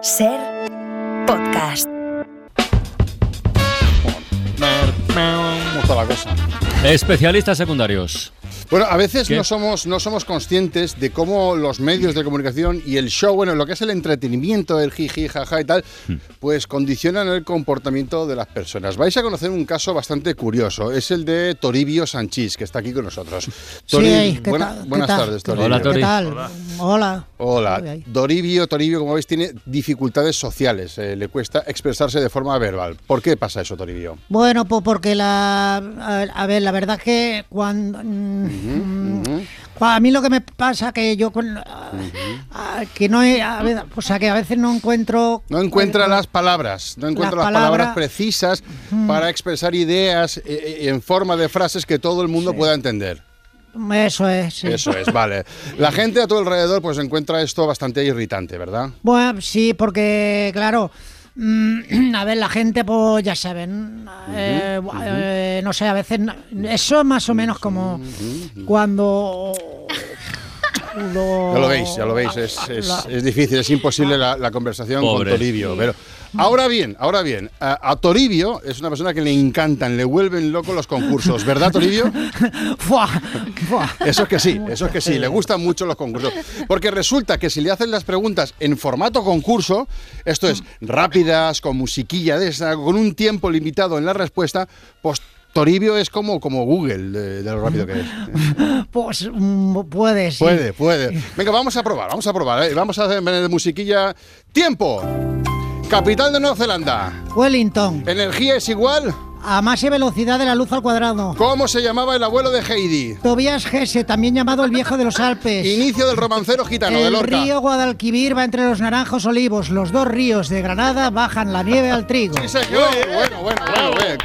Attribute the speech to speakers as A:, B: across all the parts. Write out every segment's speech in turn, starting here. A: Ser podcast.
B: Me, me gusta la cosa.
C: Especialistas secundarios.
B: Bueno, a veces
C: ¿Qué?
B: no somos, no somos conscientes de cómo los medios de comunicación y el show, bueno, lo que es el entretenimiento, el jiji, jaja y tal, pues condicionan el comportamiento de las personas. Vais a conocer un caso bastante curioso. Es el de Toribio Sanchís, que está aquí con nosotros.
D: Sí, ¿qué
B: buena-
D: tal? ¿Qué
B: buenas
D: tal?
B: tardes, Oh. Toribio.
C: Hola,
D: ¿Qué
C: Tori.
D: tal? Hola. Estoy
B: Hola,
D: ahí.
B: Toribio, Toribio, como veis, tiene dificultades sociales, eh, le cuesta expresarse de forma verbal. ¿Por qué pasa eso, Toribio?
D: Bueno, pues porque la. A a ver, la verdad es que cuando. mm, mm, cua- A mí lo que me pasa que yo con- ah, ah, que no he- a ver, o sea que a veces no encuentro
B: No encuentra las palabras, no encuentra las,
D: Las
B: palabras,
D: palabras-
B: precisas para expresar ideas eh, eh, en forma de frases que todo el mundo pueda entender.
D: eso es sí.
B: Eso es, vale. La gente a tu alrededor pues encuentra esto bastante irritante, ¿verdad?
D: Bueno, sí, porque claro, mm, a ver, la gente, pues ya saben, eh, bu- eh, no sé, a veces no- eso es más o menos como cuando lo-
B: Ya lo veis, ya lo veis, es, es-
D: Oh. la-
B: es difícil, es imposible la, la conversación
C: Pobre.
B: con Toribio. Pero ahora bien, ahora bien, a, a Toribio es una persona que le encantan, le vuelven loco los concursos, ¿verdad, Toribio?
D: Fuá, fuá.
B: Eso es que sí, eso es que sí, le gustan mucho los concursos. Porque resulta que si le hacen las preguntas en formato concurso, esto es, rápidas, con musiquilla de esa, con un tiempo limitado en la respuesta, pues Toribio es como, como Google, de, de lo rápido que es.
D: Pues mm, puede, sí.
B: Puede, puede. Venga, vamos a probar, vamos a probar. ¿eh? Vamos a hacer en vez de musiquilla. ¡Tiempo! Capital de Nueva Zelanda.
D: Wellington,
B: Energía es igual.
D: a más y velocidad de la luz al cuadrado.
B: ¿Cómo se llamaba el abuelo de Heidi?
D: Tobias Gese, también llamado el viejo de los Alpes.
B: Inicio del romancero gitano de
D: El
B: Lorca.
D: río Guadalquivir va entre los naranjos olivos. Los dos ríos de Granada bajan la nieve al trigo.
B: Sí, señor. Bueno, bueno, bueno, bien.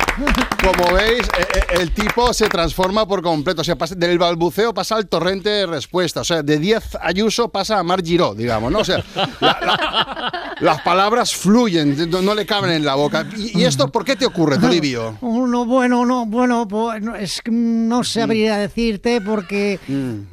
B: Como veis, eh, eh, el tipo se transforma por completo. O sea, pasa- del balbuceo pasa al torrente de respuesta. O sea, de 10 Ayuso pasa a Mar Giró, digamos, ¿no? O sea, la- la- las palabras fluyen, no, no le caben en la boca. ¿Y, y esto por qué te ocurre, Toribio?
D: Uno bueno, no bueno, pues, no, es que no
B: Mm.
D: sabría decirte porque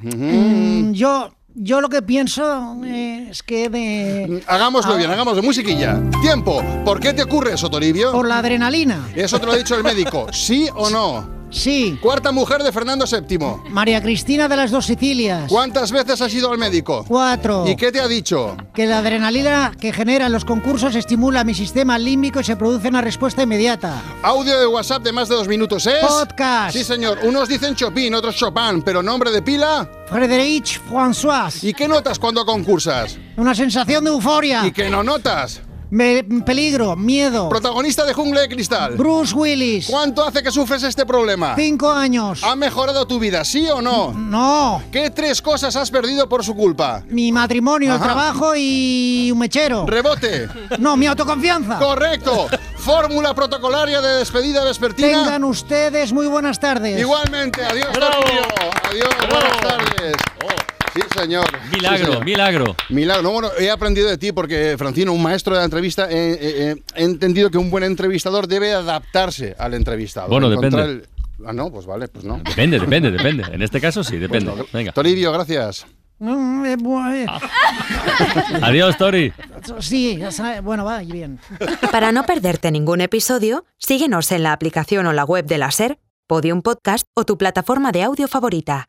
D: mm, yo yo lo que pienso eh, es que de
B: Hagámoslo bien, hagámoslo. Musiquilla. Tiempo. ¿Por qué te ocurre eso, Toribio?
D: por la adrenalina.
B: Eso te lo ha dicho el médico. ¿Sí o no?
D: Sí,
B: Cuarta mujer de Fernando VII.
D: María Cristina de las dos Sicilias.
B: ¿Cuántas veces has ido al médico?
D: Cuatro.
B: ¿Y qué te ha dicho?
D: Que la adrenalina que generan los concursos estimula mi sistema límbico y se produce una respuesta inmediata.
B: Audio de WhatsApp de más de dos minutos es.
D: Podcast.
B: Sí, señor. Unos dicen Chopin, otros Chopin, pero nombre de pila.
D: Frédéric François.
B: ¿Y qué notas cuando concursas?
D: Una sensación de euforia.
B: ¿Y qué no notas?
D: Me- peligro, miedo.
B: Protagonista de Jungle de Cristal.
D: Bruce Willis.
B: ¿Cuánto hace que sufres este problema?
D: Cinco años.
B: ¿Ha mejorado tu vida, sí o no?
D: No.
B: ¿Qué tres cosas has perdido por su culpa?
D: Mi matrimonio,
B: Ajá.
D: el trabajo y un mechero.
B: Rebote.
D: no, mi autoconfianza.
B: Correcto. Fórmula protocolaria de despedida vespertina.
D: Tengan ustedes muy buenas tardes.
B: Igualmente. Adiós,
C: Bravo. Oh.
B: Toribio. Adiós. Buenas tardes. Sí, señor. Sí,
C: Milagro,
B: señor.
C: milagro.
B: Milagro, no, bueno, he aprendido de ti porque, Francino, un maestro de la entrevista, eh, eh, eh, he entendido que un buen entrevistador debe adaptarse al entrevistado.
C: Bueno,
B: Encontrar
C: depende.
B: el- Ah, no, pues vale, pues no.
C: Depende, depende, depende. En este caso sí, depende. Venga.
B: Toribio, gracias.
D: Mm, eh, bu- eh,
C: Adiós, Tori.
D: Sí, ya sabe- bueno, va, y bien.
A: Para no perderte ningún episodio, síguenos en la aplicación o la web de la Ser, Podium Podcast o tu plataforma de audio favorita.